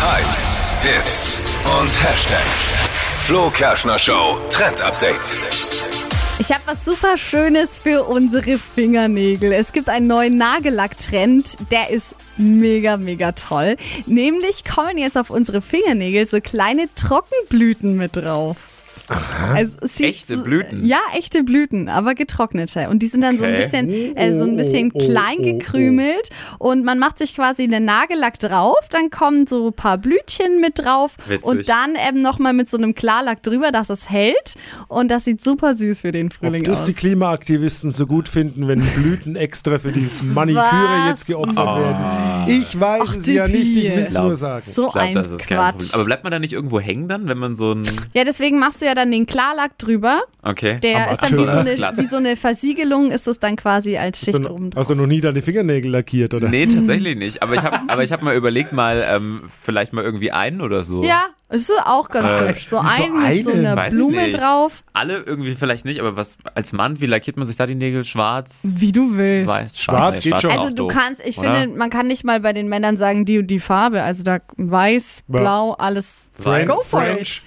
Hypes, Hits und Hashtags. Flo Kerschner Show Trend Update. Ich habe was super Schönes für unsere Fingernägel. Es gibt einen neuen Nagellack-Trend, der ist mega, mega toll. Nämlich kommen jetzt auf unsere Fingernägel so kleine Trockenblüten mit drauf. Also es sieht Echte so- Blüten? Ja, echte Blüten, aber getrocknete. Und die sind dann so ein Okay. Oh, bisschen, äh, so ein bisschen klein gekrümelt. Und man macht sich quasi den Nagellack drauf, dann kommen so ein paar Blütchen mit drauf. Witzig. Und dann eben nochmal mit so einem Klarlack drüber, dass es hält. Und das sieht super süß für den Ob Frühling das aus. die Klimaaktivisten so gut finden, wenn Blüten extra für die Maniküre Was? jetzt geopfert werden. Ich weiß Ach, es ja Tippi. nicht, ich will es Ich glaub- nur sagen. so Ich glaub, ein das ist kein Problem. Quatsch. Aber bleibt man da nicht irgendwo hängen dann, wenn man so ein. Ja, deswegen machst du ja dann den Klarlack drüber. Okay. Der Aber ist dann wie so, aktuell ist eine, glatt. wie so eine Versiegelung, ist es dann quasi als Schicht So, oben drauf. also noch nie deine Fingernägel lackiert, oder? Nee, tatsächlich nicht. Aber ich habe aber ich hab mal überlegt, mal ähm, vielleicht mal irgendwie einen oder so. Ja, es ist auch ganz Äh, hübsch. So ein mit so eine? einer Weiß ich Blume nicht. drauf. Alle irgendwie vielleicht nicht, aber was als Mann, wie lackiert man sich da die Nägel? Schwarz, Wie du willst. weiß, Schwarz nee, geht schon. ist Also auch du doof, kannst, ich oder? finde, man kann nicht mal bei den Männern sagen, die und die Farbe. Also da weiß, Ja. blau, alles. Weiß. Go for it. French.